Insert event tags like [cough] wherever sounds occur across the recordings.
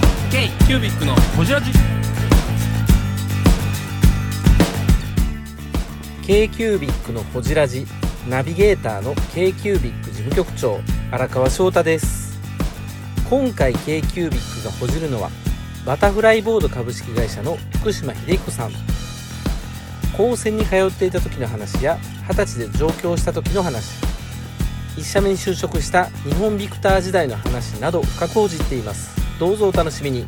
キュービックのホジラジ k q u b i c のほじラジナビゲーターの k q u b i c 事務局長荒川翔太です今回 k q u b i c がほじるのはバタフライボード株式会社の福島秀彦さん高専に通っていた時の話や二十歳で上京した時の話一社目に就職した日本ビクター時代の話など深く報じっていますどうぞお楽しみに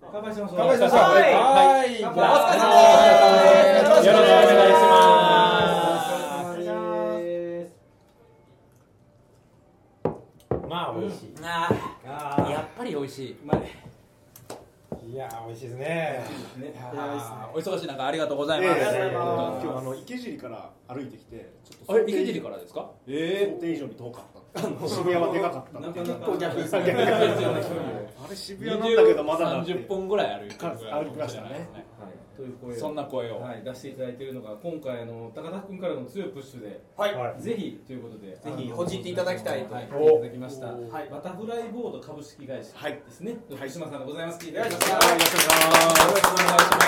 乾杯しましょう。。はいお疲れ様ですよろしくお願いしお疲れ様でます。まあ美味しい。ああーやっぱり美味しいーいやー美味しいですね。あーお忙しい中ありがとうございまあすりがとうございまますす。今日あの池尻から歩いてきて、ちょっとあれ池尻からですか想定以上に遠かった。渋谷はでかかった。結構逆ですね。あれ渋谷なんだけどまだだって30。分ぐらい歩いてるぐらい歩きましたねはい、という声をそんな声をはい、出していただいているのが今回あの高田君からの強いプッシュで、はいはいぜひということでぜひほじっていただきたいとはい、いおただきました、バタフライボード株式会社はいですね、はい福島さんでございます聞いてお願いしますはいよろしくお願お願いしま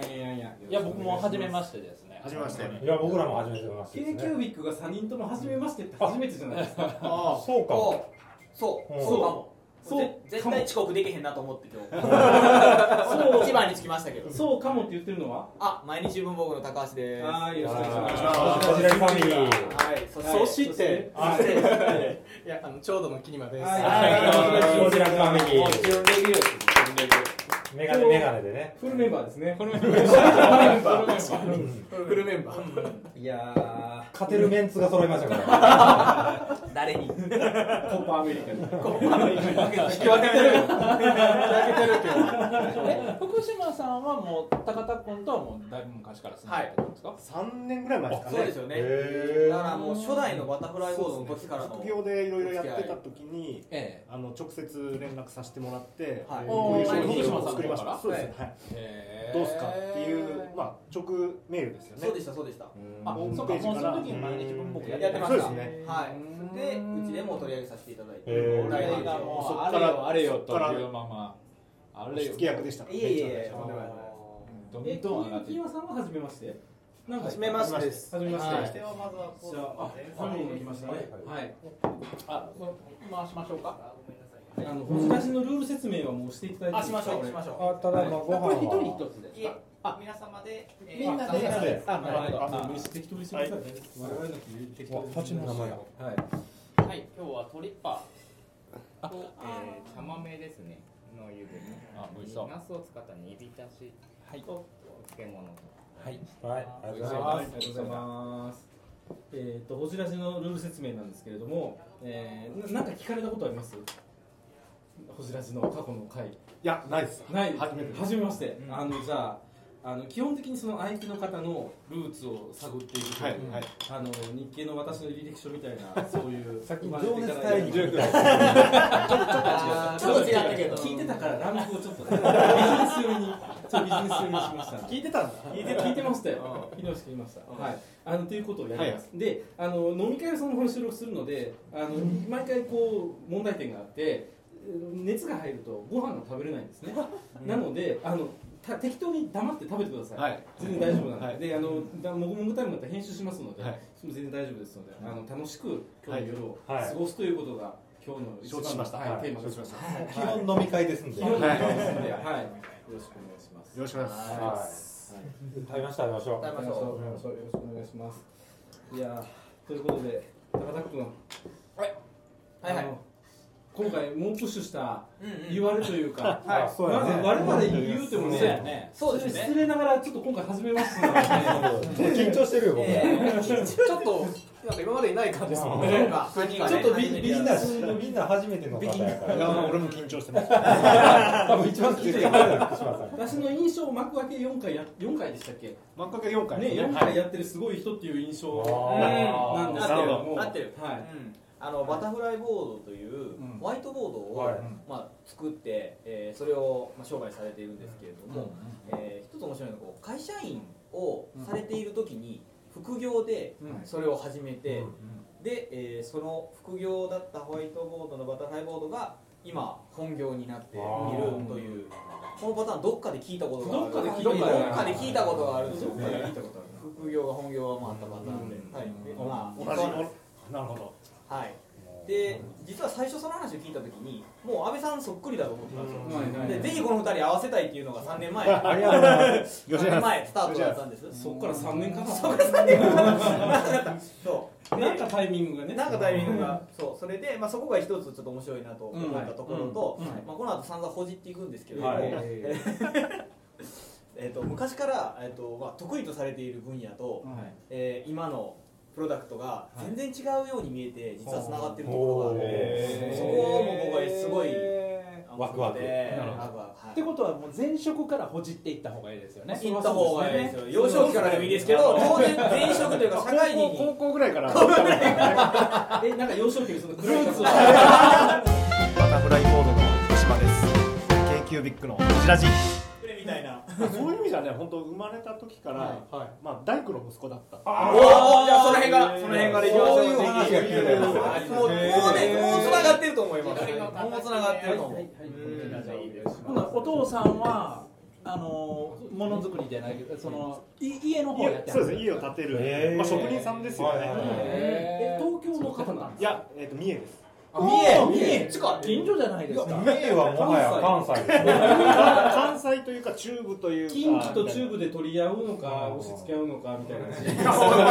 すいしますいやいやいやいや僕も初めまししてですね初めましていや僕らも初めて見ました k ね q。b i c が三人とも初めましてって初めてじゃない [laughs] ですかあそうかも。そう、うんそうかも。そうぜ絶対遅刻できへんなと思って今日。そう一番につきましたけど。そうかもって言ってるのはあ、毎日文房具の高橋です。ははいよろしくお願いしあまーすこちらファミリー。い、そはいそして、はいそして、いや、あの、ちょうどのキニマです。はいはい。こちらファミリもうー。準レギュ準レギメガネメガネでね。フルメンバーですねフルメンバー。いやー勝てるメンツが揃いましたから。誰に。コパアメリカに引き分けてる。引き分けてるけど。え福島さんはもう高田君とはもうだいぶ昔から住んでたんですか三年ぐらい前ですかそうでねす。よね。へだからもう初代のバタフライボードの時からの。副業でいろいろやってた時に。えあの直接連絡させてもらって、はいこういう商品おーを作りました。そうですね。はい。えどうすかっていうまあ直メールですよねそう。でした、そうでした。あホーそうムかペもーうジかそのら時に毎日文房具やってやってましそた。うですねはい。で、うちでも取り上げさせていただいて。へーこれがもうあれよあれよというままあれよ付き役でしたからねいえいえ、一応とんでもないねどんえ、どん上がっていキくワさんは初めまして。なんか初めましてです。初めまして。はいじゃあ、あ、ファミリーに来ましたね。はい。あ回しましょうかあの、ほじらしのルール説明はもうしていただいて。あ、しましょう、しましょあただまあご飯これ一人は。一つですか皆様で、みんなでやるあ、なるほど。ああ、無視適当にしてくださいね。我々の適当わに。蜂の名前や。はい。はい、今日はトリッパーと、えー、甘めですね、の湯でね。あ美味しそうナスを使った煮浸しと、お漬物と。はい。ありがとうございあまりがとうございます。えっと、ほじらしのルール説明なんですけれども、えー、ななんか聞かれたことありますほじらしの過去の回。いやないですない初めてです初めまして、あのじゃああの基本的にその相手の方のルーツを探っていくとはいう、いはいあの日系の私の履歴書みたいなそういうさっき生情まれて熱から大陸みたいあーちょっと違ったけど。聞いてたからランクをちょっとねビジネス寄りにちょっとビジネス寄りにしましたね聞いてたんだ聞いて聞いてましたよ。聞いてました聞いてました。はい。あのということをやります。で、あの飲み会をその本収録するので、あの毎回こう問題点があって、熱が入るとご飯が食べれないんですね。なので、あのた適当に黙って食べてください。はい全然大丈夫なんで、はいであのだもぐもぐタイムだったら編集しますので、はい全然大丈夫ですので、あの楽しく今日の夜をはい過ごすということが今日の一番承知しましたはいはいテーマとしました。はい基本飲み会ですんで。基本のテーマですので、はい。よろしくお願いします。よろしくお願いしますはい。食べました食べましょ食う。べましょうよろしくお願いします。いやーということで高田君、はいはあい。の今回もうプッシュしたうん言われというか、はい。そうやまね。あ我々言うてもそうやね、ねそうです失ね。礼ながらちょっと今回初めましてなので、緊張してるよ僕ら。 [laughs] ちょっと、なんか今までいない感じですもんね。なんかちょっとビビみジんネなスみんな初めての方やかいやら。俺も緊張してます多分一番緊張してるから福島さん。私の印象を幕開け4回や4回でしたっけ？ね真っ赤け四回です4は回いやってるすごい人っていう印象あーなんですけれども、なってるはい。うんあのバタフライボードといううんホワイトボードはいをまあ作って、えーそれをまあ商売されているんですけれども、えー一つ面白いのがこう会社員をされている時に副業でうんそれを始めてで、えーその副業だったホワイトボードのバタフライボードが今本業になっているというこのパターンどっかで聞いたことがあるどっかで聞いどたこっとがあるかで聞いたことがあるんですよどっかで聞いたことある副業が本業はもうあったパターンで、はいでま同あじものなるほどはいで実は最初その話を聞いた時にもう安倍さんそっくりだと思ってたんですよ、はいではいぜひこの2人合わせたいっていうのが3年前3りがとうございます。年前スタートだったんですそっから3年かかったそうなんかタイミングがねなんかタイミングが、そう、それで、まあ、そこが一つちょっと面白いなと思ったところと、うんはいうんまあ、この後散々ほじっていくんですけれども、はいえ [laughs] ーと昔から、えーとまあ、得意とされている分野と、えー今のプロダクトが全然違うように見えて、実はつながってるところがあるへーそこはもう僕はすごいワクワクななるるほほどど、はいってことはもう前職からほじっていった方がいいですよね行った方がいいですよ、幼少期からでもいいですけど、当然、前職というか、社会人に。高校ぐらいからえなんか幼少期にその黒い靴をバタフライボードの福島です。k ービックのこちらじ。みたいな。そういう意味じゃね本当生まれた時から、まあ大工の息子だったおお、じゃあその辺から、その辺からいきましょう。そういう話が聞けたはいよもう、もうね、もう繋がってると思います。もう繋がってると思う。ほなお父さんはあのーものづくりじゃないけどそのい家の方やってはそうるですね家を建てる、へーまあ、職人さんですよね、はいはいはいえ東京の方なんいや、えっと三重です三重、三重、近い。近所じゃないですか三重はもはや関西ですね。関西というか中部というか近畿と中部で取り合うのか押し付け合うのかみたいな感 [laughs] じ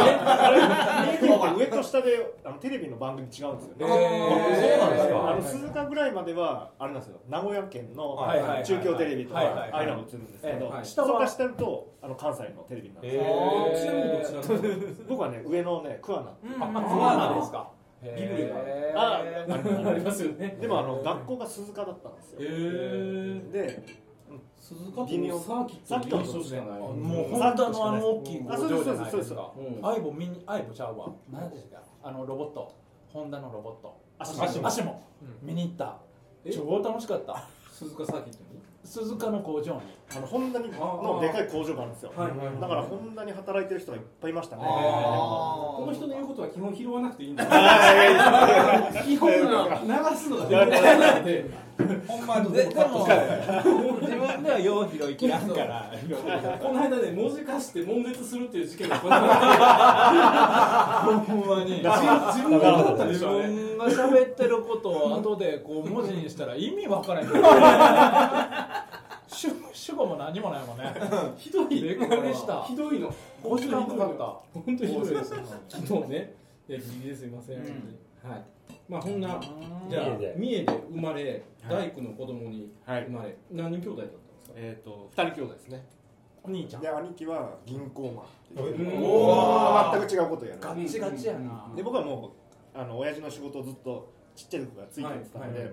三重県って上と下であのテレビの番組違うんですよね、そうなんですかあの鈴鹿ぐらいまではあれなんですよ名古屋県のはいはいはいはい中京テレビとかはいはいはいああいうのが映るんですけど、ええはい下は下るとあの関西のテレビになるんですよ、あちなみにどっちなんですか僕はね上のね桑名うん、あまそうなんですか。ビブリがああありますよねでもあの学校が鈴鹿だったんですよ、えで鈴鹿とのサーキットサーキットの一緒じゃないもう本当のあの大きい工あそうで場すじそうですそうゃないでですすかうんアイボミニアイボちゃうわ何ですかあのロボットホンダのロボット足足も足も見に行ったえ超楽しかった鈴鹿サーキットに鈴鹿の工場にあのホンダにのでかい工場があるんですよ、はいはいだからホンダに働いてる人がいっぱいいましたねあこの人の言うことは基本拾わなくていいんだよ [laughs] 基基本は流すのが大事なんでほんまででも自分ではよう拾いきらんからこの間ね文字化して悶絶するっていう事件がこの間ほんまに自分がだったんで自しょうね分が喋ってることを後でこう文字にしたら意味わからへん [laughs] 主主語も何もないもんねひどいびっくりしたひどいの5時間かかった本当にひどいです昨日ねいやギリギリですいません、うんはいまあこんなじゃあ三三重重でで生まれ大工の子供にはい生まれ、何人兄弟だったんですかえっ、と二人兄弟ですねお兄ちゃんで兄貴は銀行マンっていううんもう全く違うことやガなッチガチやなで僕はもうあの親父の仕事をずっとちっちゃい子がついてたので、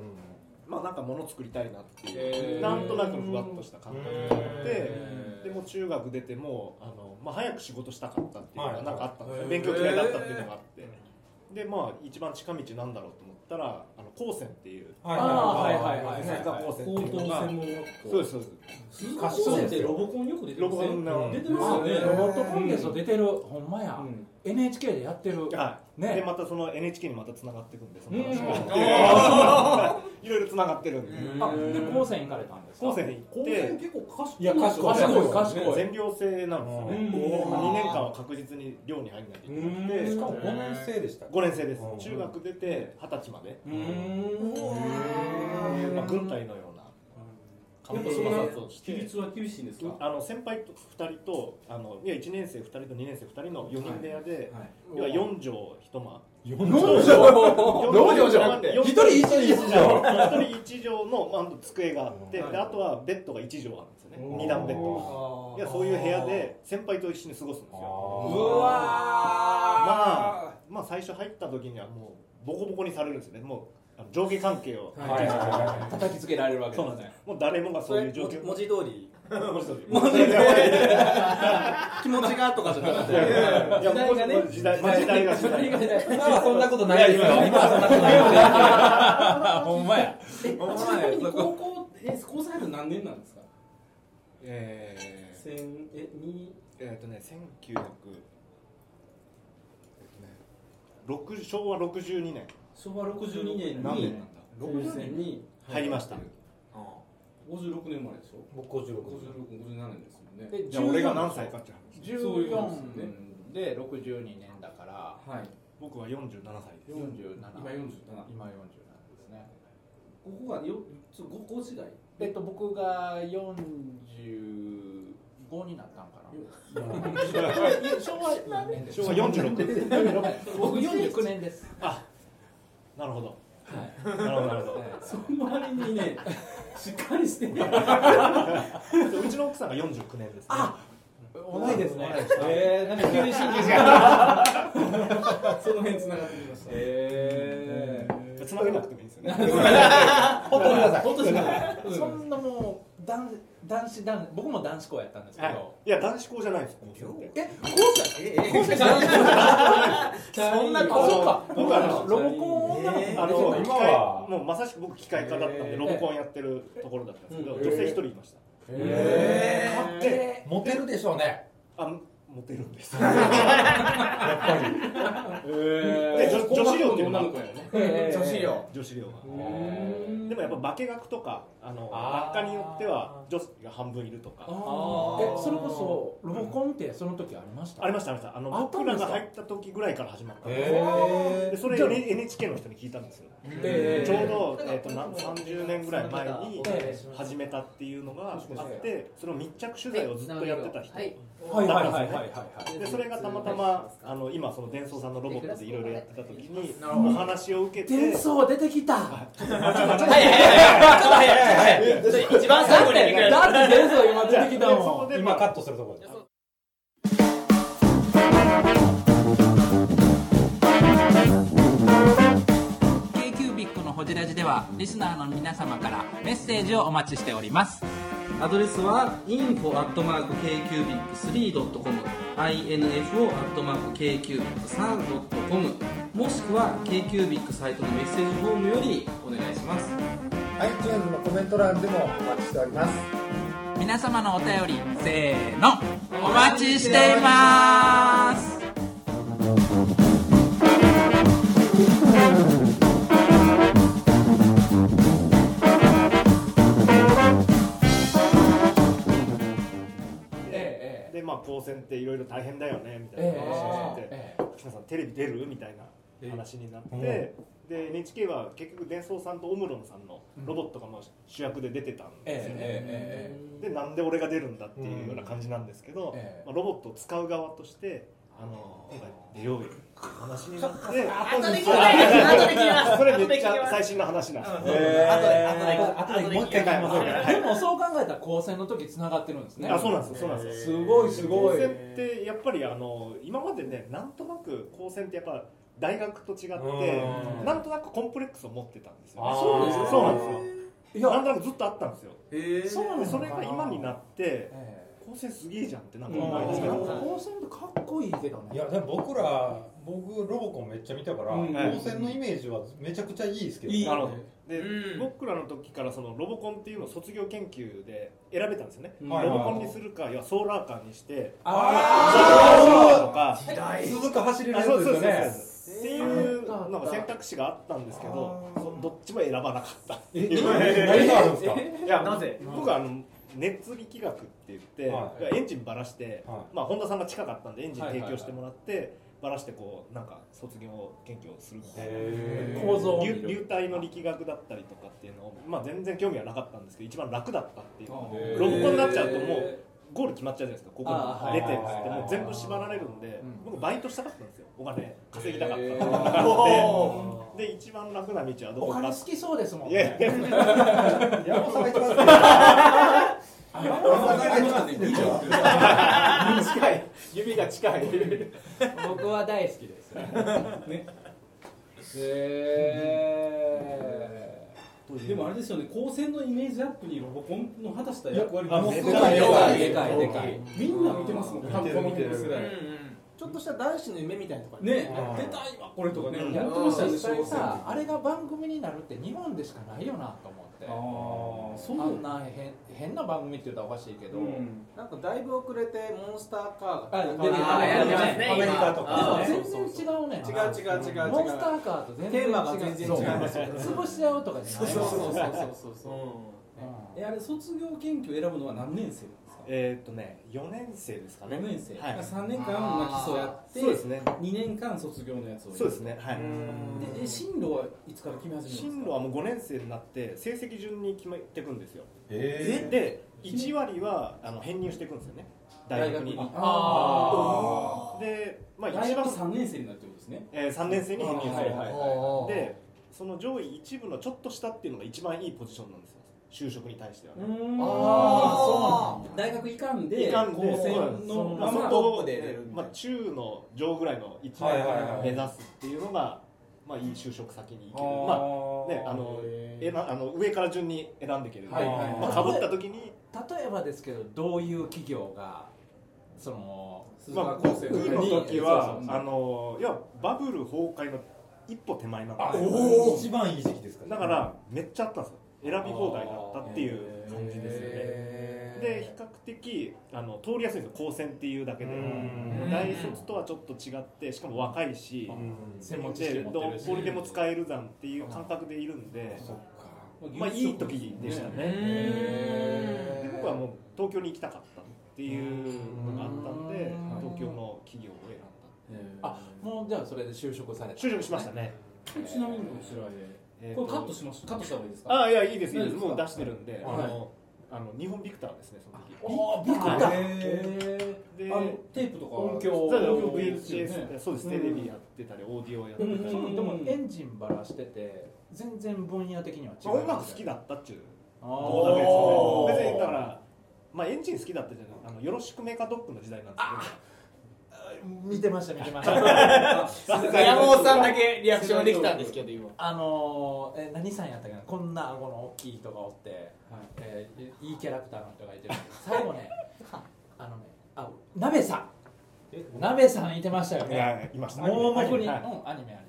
まあなんか物作りたいなっていう、へーなんとなくふわっとした感覚になってへーでもう中学出てもあの、まあ、早く仕事したかったっていうのがはいなんかあったんですよ、へー勉強嫌いだったっていうのがあってでまあ一番近道なんだろうと思ったらあの高専っていうああはいはいはい鈴鹿高専高っていう等専のが門学校そうですそうです鈴鹿高専ってロボコンよく出てロますボコンねの、出てまますあよねねロボットコンテストで出てるほんまや NHK でやってるはい、ねでまたその NHK にまたつながっていくんでそのうん話が [laughs] いろいろつながってるんであで高専行かれたんですか高専に行高っ専て結構賢いいや賢い賢い賢い全寮制なんですよねうん2年間は確実に寮に入んないといけなくてうんしかも五年生でしたっけ。 5年生ですうん中学出て二十歳まで、うーんまあ、軍隊のようなやっぱ監そ督んな摩擦をし比て率は厳しいんですかあの先輩と2人とあのいや1年生2人と2年生2人の4人部屋で、はい要は4畳一間農場4畳じゃなくて一人一人一畳一人一畳の、まあ、机があって、はいであとはベッドが一畳あるんですよねおー二段ベッドがいやそういう部屋で先輩と一緒に過ごすんですよあーうまわあまあ最初入った時にはもうボコボコにされるんですよねもうあの上下関係を、はいーはいはいはい叩きつけられるわけそうでなんすですねよもう誰もがそういう状況文字通り、文字通り気持ちがとかじゃなくいて。やいやもうもう時代まあ時代が時代が今はそんなことないですよ。今はそんなことないですよ。ほん [laughs] まや。えちなみに高校え高専入るの何年なんですかえー千え二えーっとね1900六昭和62年昭和62年何に年なんだ六十年に入りました56年生まれでしょ僕56 5657年ですもんねでじゃあ俺が何歳かって話そういうことですよね14で62年だからはい僕は47歳です47 47今47今47ですねここがよちょっと5個違いえっと僕が45になったんかな昭和何年です昭和46僕49年ですなるほどなるほどなるほどその割にねしっかりしてねうちの奥さんが49年ですね同いですねえー、なんか急に神経 [laughs] がその辺繋がってきましたえ繋げなくてもいいですよねほっとくださいほっとしてくださいそんなもう男男子男僕も男子校やったんですけはどいいや男子校じゃないです高校ってえ校舎そんなあそうか僕あのロボコン女のあ子出てなのい機械もうまさしく僕機械科だったんえでーロボコンやってるところだったんですけどうん女性一人いましたえかっけえモテるでしょうねあモテるんですえで女女子寮っていう女のはの子やね女子寮女子寮がででもやっぱ化学とかあのあー学科によっては女子が半分いるとかあーえそれこそロボコンってその時ありましたありましたありましたあのあったん僕でらすかが入った時ぐらいから始まったんですえでそれ N- NHK の人に聞いたんですよえちょうど、えー、とな30年ぐらい前にえ始めたっていうのがあってその密着取材をずっとやってた人はいはいはいはいはいはいはいでそれがたまたまあの今その伝送さんのロボットでいろいろやってた時になるほどお話を受けて伝送出てきた一番最後に行くやだって伝送今出てきたでそもこんで今カットするところアドレスは info.kcubic3.com info.kcubic3.com もしくは KQBIC サイトのメッセージフォームよりお願いします iTunes のコメント欄でもお待ちしております皆様のお便りせーのお待ちしていますえでまあ高専っていろいろ大変だよねみたいな話をしてえてえ「北さんテレビ出る?」みたいな話になって、で NHK は結局伝送さんとオムロンさんのロボットがまあ主役で出てたんええですよね、ええでなんで俺が出るんだっていうような感じなんですけど、うんええまあ、ロボットを使う側としてあの今回出ようよっていう話になって後で聞きます後で聞きますそれめっちゃ最新の話なんです、後で後でもう一回聞きましょうえでもそう考えたら高専の時つながってるんですねあそうなんですよそうなんですよすごいすご高い専ってやっぱりあの今までねなんとなく高専ってやっぱ大学と違ってうんなんとなくコンプレックスを持ってたんですよ、あーそうなんですかそうなんですいよなやんとなくずっとあったんですよそうなんでですそよれが今になってええ高専すげえじゃんってなんか思い始めたんですよ高専ってかっこいいけどねいやでも僕ら僕ロボコンめっちゃ見たからうん光線のイメージはめちゃくちゃいいですけどねなるほどで、うん僕らの時からそのロボコンっていうのを卒業研究で選べたんですよね、はいロボコンにするかいやソーラーカーにしてソーあラーとか続く走れるあやつそうでですすそうよでねすっていうなんか選択肢があったんですけどそどっちも選ばなかったっていう何があるんですかいやなぜ僕はあの熱力学って言って、はエンジンばらして、はまあ、本田さんが近かったんでエンジン提供してもらって、ばらしてこうなんか卒業研究をするみたいなー構造を見流る流体の力学だったりとかっていうのを、まあ、全然興味はなかったんですけど一番楽だったっていうのへーロボコンになっちゃうともうゴール決まっちゃうじゃないですかここあーに出てっつはいはいってはいもう全部縛られるんで、うん僕バイトしたかったんですよお金稼ぎたかったへーの [laughs] でで一番楽な道はどおこか金っ好きそうですもんいやいねや [laughs] 山本さんが一番好近い指が近い僕は大好きですねへでもあれですよね高専のイメージアップにロボコンの果たした役割いやあもうめっでちかゃいでかいででかいでかいみんな見てますもん多分この辺ですらいねちょっとした男子の夢みたいなとこ出たいわこれとかねうんやってましたよね実際小ささあれが番組きになるって日本でしかないよなと思っってあんな変変な番組って言ったらおかしいけど、なんかだいぶ遅れてモンスターカーがあ出てるあやってますねアメリカと今かでも全然違うねそうそうそう違う違う違う違うモンスターカーと全然違うテーマが全然違いますよねそう潰し合うとかじゃないそうそうそうそうえあれ卒業研究選ぶのは何年生なんですかえーっとね4年生ですかね4年生、はい、 3年間まあ基礎やってそうですね2年間卒業のやつをやるそうですねはいでえ進路はいつから決め始めるんですか進路はもう5年生になって成績順に決めていくんですよ、へーで1割はあの編入していくんですよね大学に大学にあーで、まあ、大一学番3年生になるってことですねえー、3年生に編入する、はいはいはいでその上位一部のちょっと下っていうのが一番いいポジションなんですよ就職に対してはねああそうなんだ大学いかんでいかんで高専そのうまあ、まあまあトップ出れでる、まあ、中の上ぐらいの位置をはいはいはい目指すっていうのが、まあ、いい就職先に行けるあーまあねあのえなあの上から順に選んでいけるはいはいはいまあ、かぶった時に、例えばですけどどういう企業がそのまあ、僕の時はあの要はバブル崩壊の一歩手前なんでおー一番いい時期ですかねだからめっちゃあったんですよ選び放題だったっていう感じですよねで比較的あの通りやすいんですよ高専っていうだけでうん大卒とはちょっと違ってしかも若いしうんで専門知識持ってるしどこれでも使えるじゃんっていう感覚でいるんでまあいい時でしたねで僕はもう東京に行きたかったっていうのがあったんで東京の企業を選んだあもうじゃあそれで就職された就職しましたねちなみにこちらでこれカットしますカットした方がいいですかあいやいいですいいです大丈夫もう出してるんであはいのあの日本ビクターですねその時あビクターへあのテープとか音響そうだ音響 VHS そうですうんテレビやってたりオーディオやってうんたりでもエンジンばらしてて全然分野的には違う音楽好きだったっちゅうおー別にだからまあエンジン好きだったじゃないあのよろしくメーカードッグの時代なんです見てました見てました [laughs] 山本さんだけリアクションできたんですけど今あのーえ何さんやったっけなこんな顎の大きい人がおって、えーいいキャラクターの人がいてる最 [laughs] 後ねあのねあ鍋さん鍋さんいてましたよねいやいました盲目に、アニメうんアニメ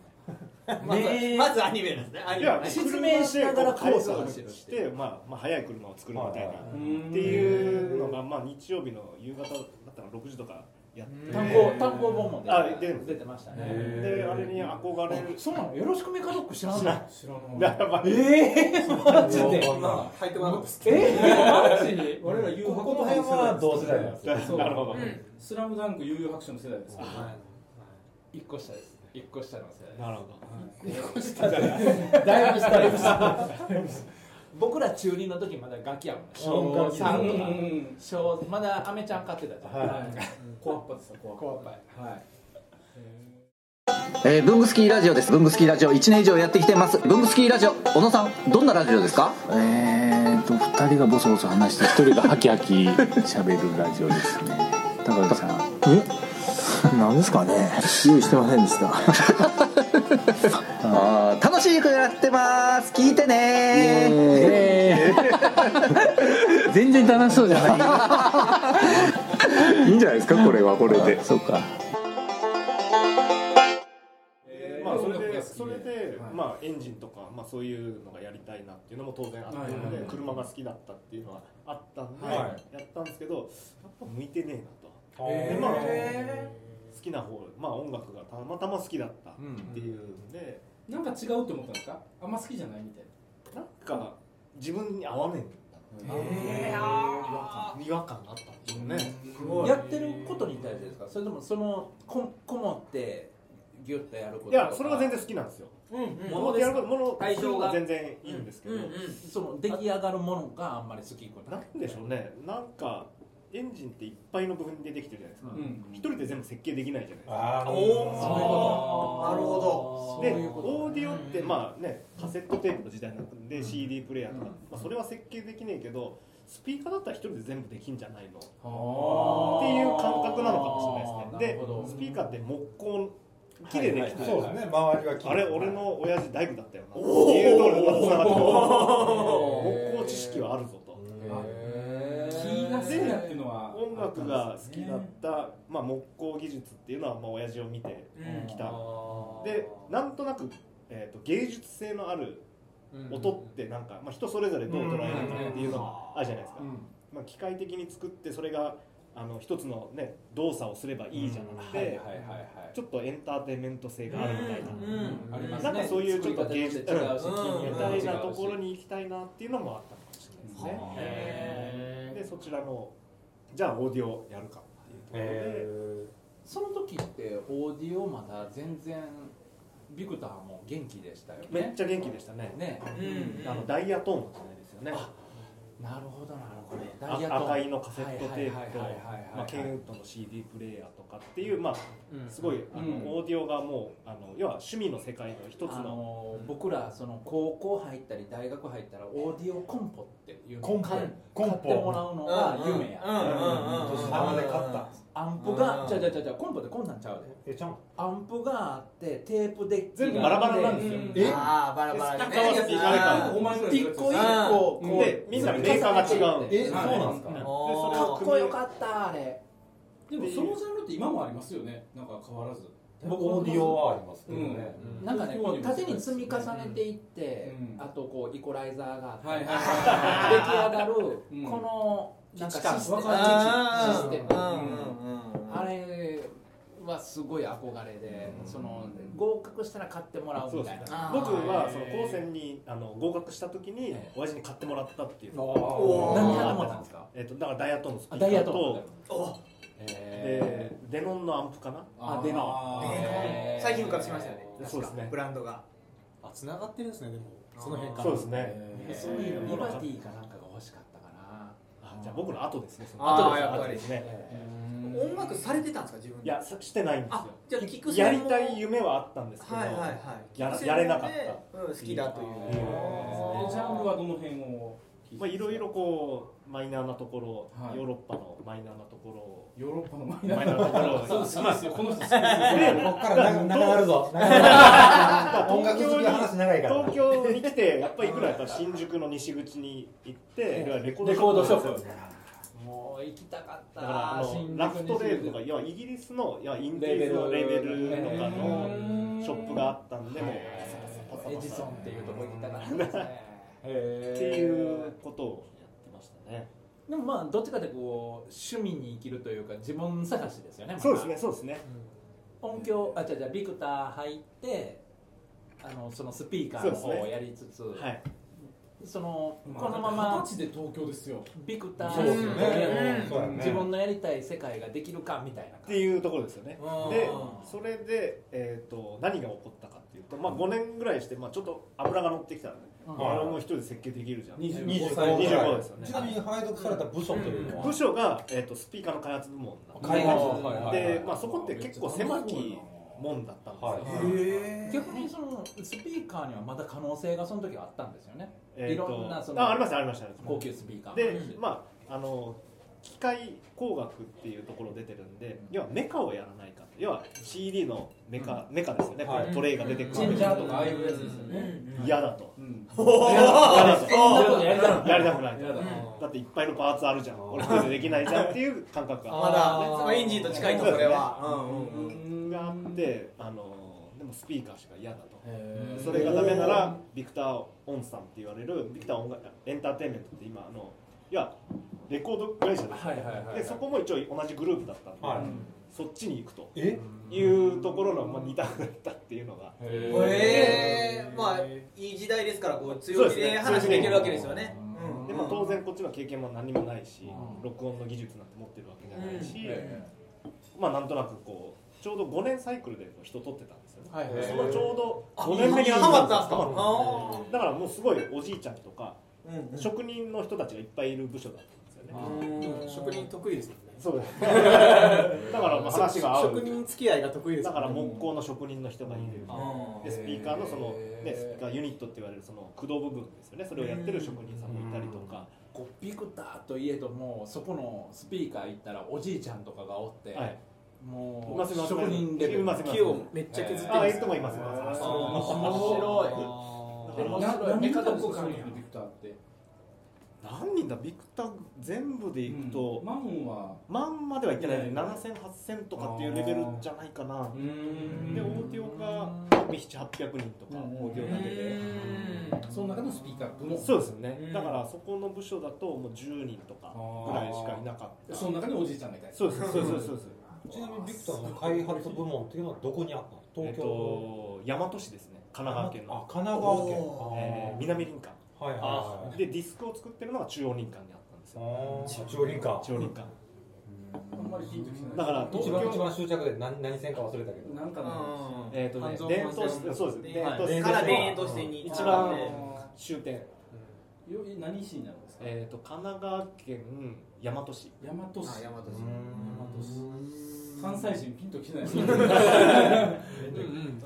アニメまずねえまずアニメですねアニけどメいや説明しながら車でこうコースを走るっていうしてまあまあ速い車を作るみたいなっはいていうのがまあ日曜日の夕方だったら6時とかやって単行単行本も出てあ出てます出てましたねであれに憧れるそうなのよろしくメカドック知らんの知ら [laughs] ん知らだからまあええマジで今入ってこなかったですえマジで [laughs] 我ら誘こ白この辺は同世代なんですよそうなるほどうんスラムダンク悠々白書の世代ですけど一個下です一個下の世代ですなるほど一個下じゃないだいぶ下だいぶ下僕ら中二の時まだガキやもんね小うん3とかうんうん小まだアメちゃん飼ってたじゃんコアッパですよコアッコアパイパはいえー、ブングスキーラジオですブングスキーラジオ1年以上やってきてますブングスキーラジオ小野さんどんなラジオですかえーと2人がボソボソ話して1人がハキハキ喋るラジオですね高木さんえなんですかね用意してませんでした [laughs] あー楽しい曲やってます聞いてねー [laughs] 全然楽しそうじゃ [laughs] ないいいんじゃないですかこれはこれでそうかまあ、それでそれで、まあ、エンジンとか、まあ、そういうのがやりたいなっていうのも当然あったので、はいはいはい車が好きだったっていうのはあったんで、はいやったんですけどやっぱ向いてねえなと、へーでまあ、好きな方、まあ、音楽がたまたま好きだったっていうので、なんか違うって思ったんですかあんま好きじゃないみたいななんか自分に合わねえんだなへー違和感違和感があったんでしょうね、やってることに対してですかそれともそのここもってギュッとやることいやそれは全然好きなんですよ、うんうんものでやることもの対象が全然いいんですけど、うんうんその出来上がるものがあんまり好きことなんでしょうねなんかエンジンっていっぱいの部品でできてるじゃないですかうん一、人で全部設計できないじゃないですあかーおーそういうことなるほどでそういうことオーディオってまあねカセットテープの時代なんで CD プレイヤーとか、まあ、それは設計できねえけどスピーカーだったら一人で全部できんじゃないのーっていう感覚なのかもしれないですなるほねどでスピーカーって木工木でできてはいはいはいそるうですね周りは木あれ俺の親父大工だったよなっていうところでまた繋 [laughs] がってくる木工知識はあるぞと気が好きだっていうのは音楽が好きだった、まあ、木工技術っていうのはまあ親父を見てきた、でなんとなく、えー、と芸術性のある音ってなんか、まあ、人それぞれどう捉えるかっていうのがあるじゃないですか、まあ、機械的に作ってそれがあの一つの、ね、動作をすればいいじゃなくて、うんはいはいはいはいちょっとエンターテインメント性があるみたいな、うんうんありますねなんかそういうちょっと作り芸方術と違うしうん金み融もた違ういしなところに行きたいなっていうのもあったかもしれないですね。でそちらのじゃあオーディオやるかっていうところで、その時ってオーディオまだ全然ビクターも元気でしたよねめっちゃ元気でしたねねあのダイヤトーンの時代ですよねなるほどなるほどダイヤあトーン赤いのカセットテーはいプとはいはいはいはいまあケンウッドの CD プレーヤーとかっていう、まあうん、すごいあの、うんオーディオがもうあの要は趣味の世界の一つのあの僕らその高校入ったり大学入ったらオーディオコンポっていうのを買い買ってもらうのが夢やうんうんうんうんアンプで買ったアンプがうんじゃあじゃあじゃあじゃあコンポってこんなんちゃうでアンプがあってテープデッキが全部バラバラなんですようんえあーバラバラスタッカーは好きじゃないからあーお前のやつ一個一個うんでみんなメーカーが違うえそうなんですかでそでそれれかをっこよかったあれでもそのジャンルって今もありますよねなんか変わらず僕オーディオはありますけどねうなんかね、こう縦にそう積み重ねていって、あとこうイコライザーがあって、 [laughs] 出来上がる、このなんかシステム基地感システム、うんあれはすごい憧れで、その合格したら買ってもらうそうみでたすいねな。僕はその高専にあの合格した時に親父に買ってもらったっていうおー何買ってもらったんですかえっとだからダイヤトーンのスピーカあダイヤートとーンおでデノンのアンプかなあデノンえー最近復活しましたよねそうですねブランドがあ繋がってるんですねでもその辺からそうですねえーそういうのリもバティかなんかが欲しかったかなあじゃあ僕の後ですねそのあ後ですやっぱ後りですね音楽されてたんですか自分いやさしてないんですよじゃあ聞くやりたい夢はあったんですけど、はいはいはいやらやれなかった、うん好きだといううんジャンルはどの辺をまあいろいろこうマイナーなところ、はいヨーロッパのマイナーなところをヨーロッパのマイナーなところマイナーなところそう好きですよこの人好きですよでこっから長長なるぞどう音楽好きの話長いから東京に来てやっぱりいくらやっぱ新宿の西口に行っていわゆるレコレコーードドシショョッッププもう行きたかっただからあのラフトレーブとか要はイギリスの要はインディーズのレベルとかのショップがあったんでもうエジソンっていうとこ行きたかったです [laughs] ねっていうことをやってましたねでもまあどっちかというとこう趣味に生きるというか自分探しですよね、またそうですねそうですね、音響あじゃじゃビクター入ってあのそのスピーカーの方をやりつつそ,、はいのまあこのまま二十歳で東京ですよビクタそうーですよねでそうだね自分のやりたい世界ができるかみたいなっていうところですよねうんでそれで、えー、と何が起こったかっていうと、まあ、5年ぐらいして、まあ、ちょっと油が乗ってきたらね、うん俺も一人で設計できるじゃん25 25歳歳25ですよねちなみに配属された部署というのは部署が、えー、とスピーカーの開発部門なんで開発部門はいはいはでい、まあ、そこって結構狭き門だったんですよ、逆にそのスピーカーにはまだ可能性がその時はあったんですよね、えーいとろんなそのあありましたありました高級スピーカーで、まああの機械工学っていうところ出てるんで要はメカをやらないか要は CD のメカ、メカですよね、はいこうトレイが出てくるチンジャーとかああいうやつですよね嫌だと、うん嫌だそとんなことやりたくないやりたくないやだだっていっぱいのパーツあるじゃん俺一人でできないじゃんっていう [laughs] 感覚がまだまあエンジンと近いとそれはそうですねがあってあのでもスピーカーしか嫌だとそれがダメならビクター・オンさんって言われるビクター音楽エンターテインメントって今あのいやレコード会社です、はいはいはいはいでそこも一応同じグループだったんで、はいそっちに行くというところの、まあ、2択だったっていうのがへえまあいい時代ですからこうそう強気すねで話できるわけですよねで、まあ、当然こっちの経験も何もないし、録音の技術なんて持ってるわけじゃないし、まあなんとなくこうちょうど5年サイクルでこう人取ってたんですよ、ねはいはいそのちょうどあ5年目にハマったんですかあうんだからもうすごいおじいちゃんとか、うんうん職人の人たちがいっぱいいる部署だったんですよね職人得意ですもんねそうですだからまあ話が合う職人付き合いが得意ですだもんねから木工の職人の人がいる、あーでスピーカーのその、ね、スピーカーユニットって言われるその駆動部分ですよねそれをやってる職人さんもいたりとか、こうビクターといえどもそこのスピーカー行ったらおじいちゃんとかがおって、はいもいうますいます職人レベルいますいます木をめっちゃ削ってるんですよあいると思いますいますいますあー面白い面白いな何がメカドどッこグか関に係のビクターって何人だビクター全部でいくと、マンはマンまではいってないね7000、8000とかっていうレベルじゃないかなで大手オが700800人とか大手オだけでその中のスピーカー部もそうですよねだからそこの部署だともう10人とかぐらいしかいなかったその中におじいちゃんがいたりそうですそうですそうですちなみにビクターの開発部門っていうのはどこにあったのえっ東京と大和市ですね神奈川県のあ神奈川県えー南林間はいはいはいでディスクを作ってるのが中央林間にあったんですよ中央林間中央林間あんまりピンときてないだから一番一番終着で何何線か忘れたけどなんかのえっ、とね半蔵門伝統線市そうですはい伝統市から田園都市線に一番あ終点よ何市になるんですかえっ、と神奈川県大和市大和市あ大和市大和市関西人ピンときてないうんうんあ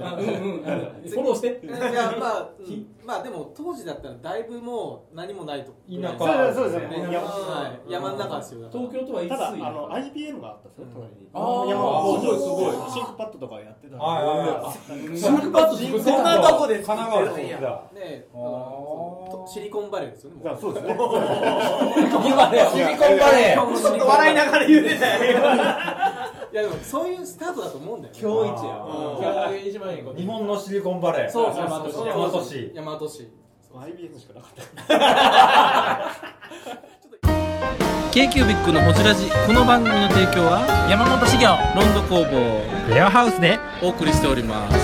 あフォローしていやまあ、うんまあでも当時だったらだいぶもう何もないと田舎そうですそうですねもう山はい山の中ですよだからただあの IBM があったんですよ隣にあー山のすごいすごいシンクパッドとかやってたんではいはいはいシンクパッド作ってたのシンクパッドそんなとこで作ってたの神奈川でねあのそうとシリコンバレーですよねもそうですね今ねシリコンバレーちょっと笑いながら言うてたよいやでもそういうスタートだと思うんだよね今日一や今日一番いいこと日本のシリコンバレーそうそうそう大そう和市大和市 IBM しかなかった k q b i c のホジラジこの番組の提供は山本資源ロンド工房レアハウスでお送りしております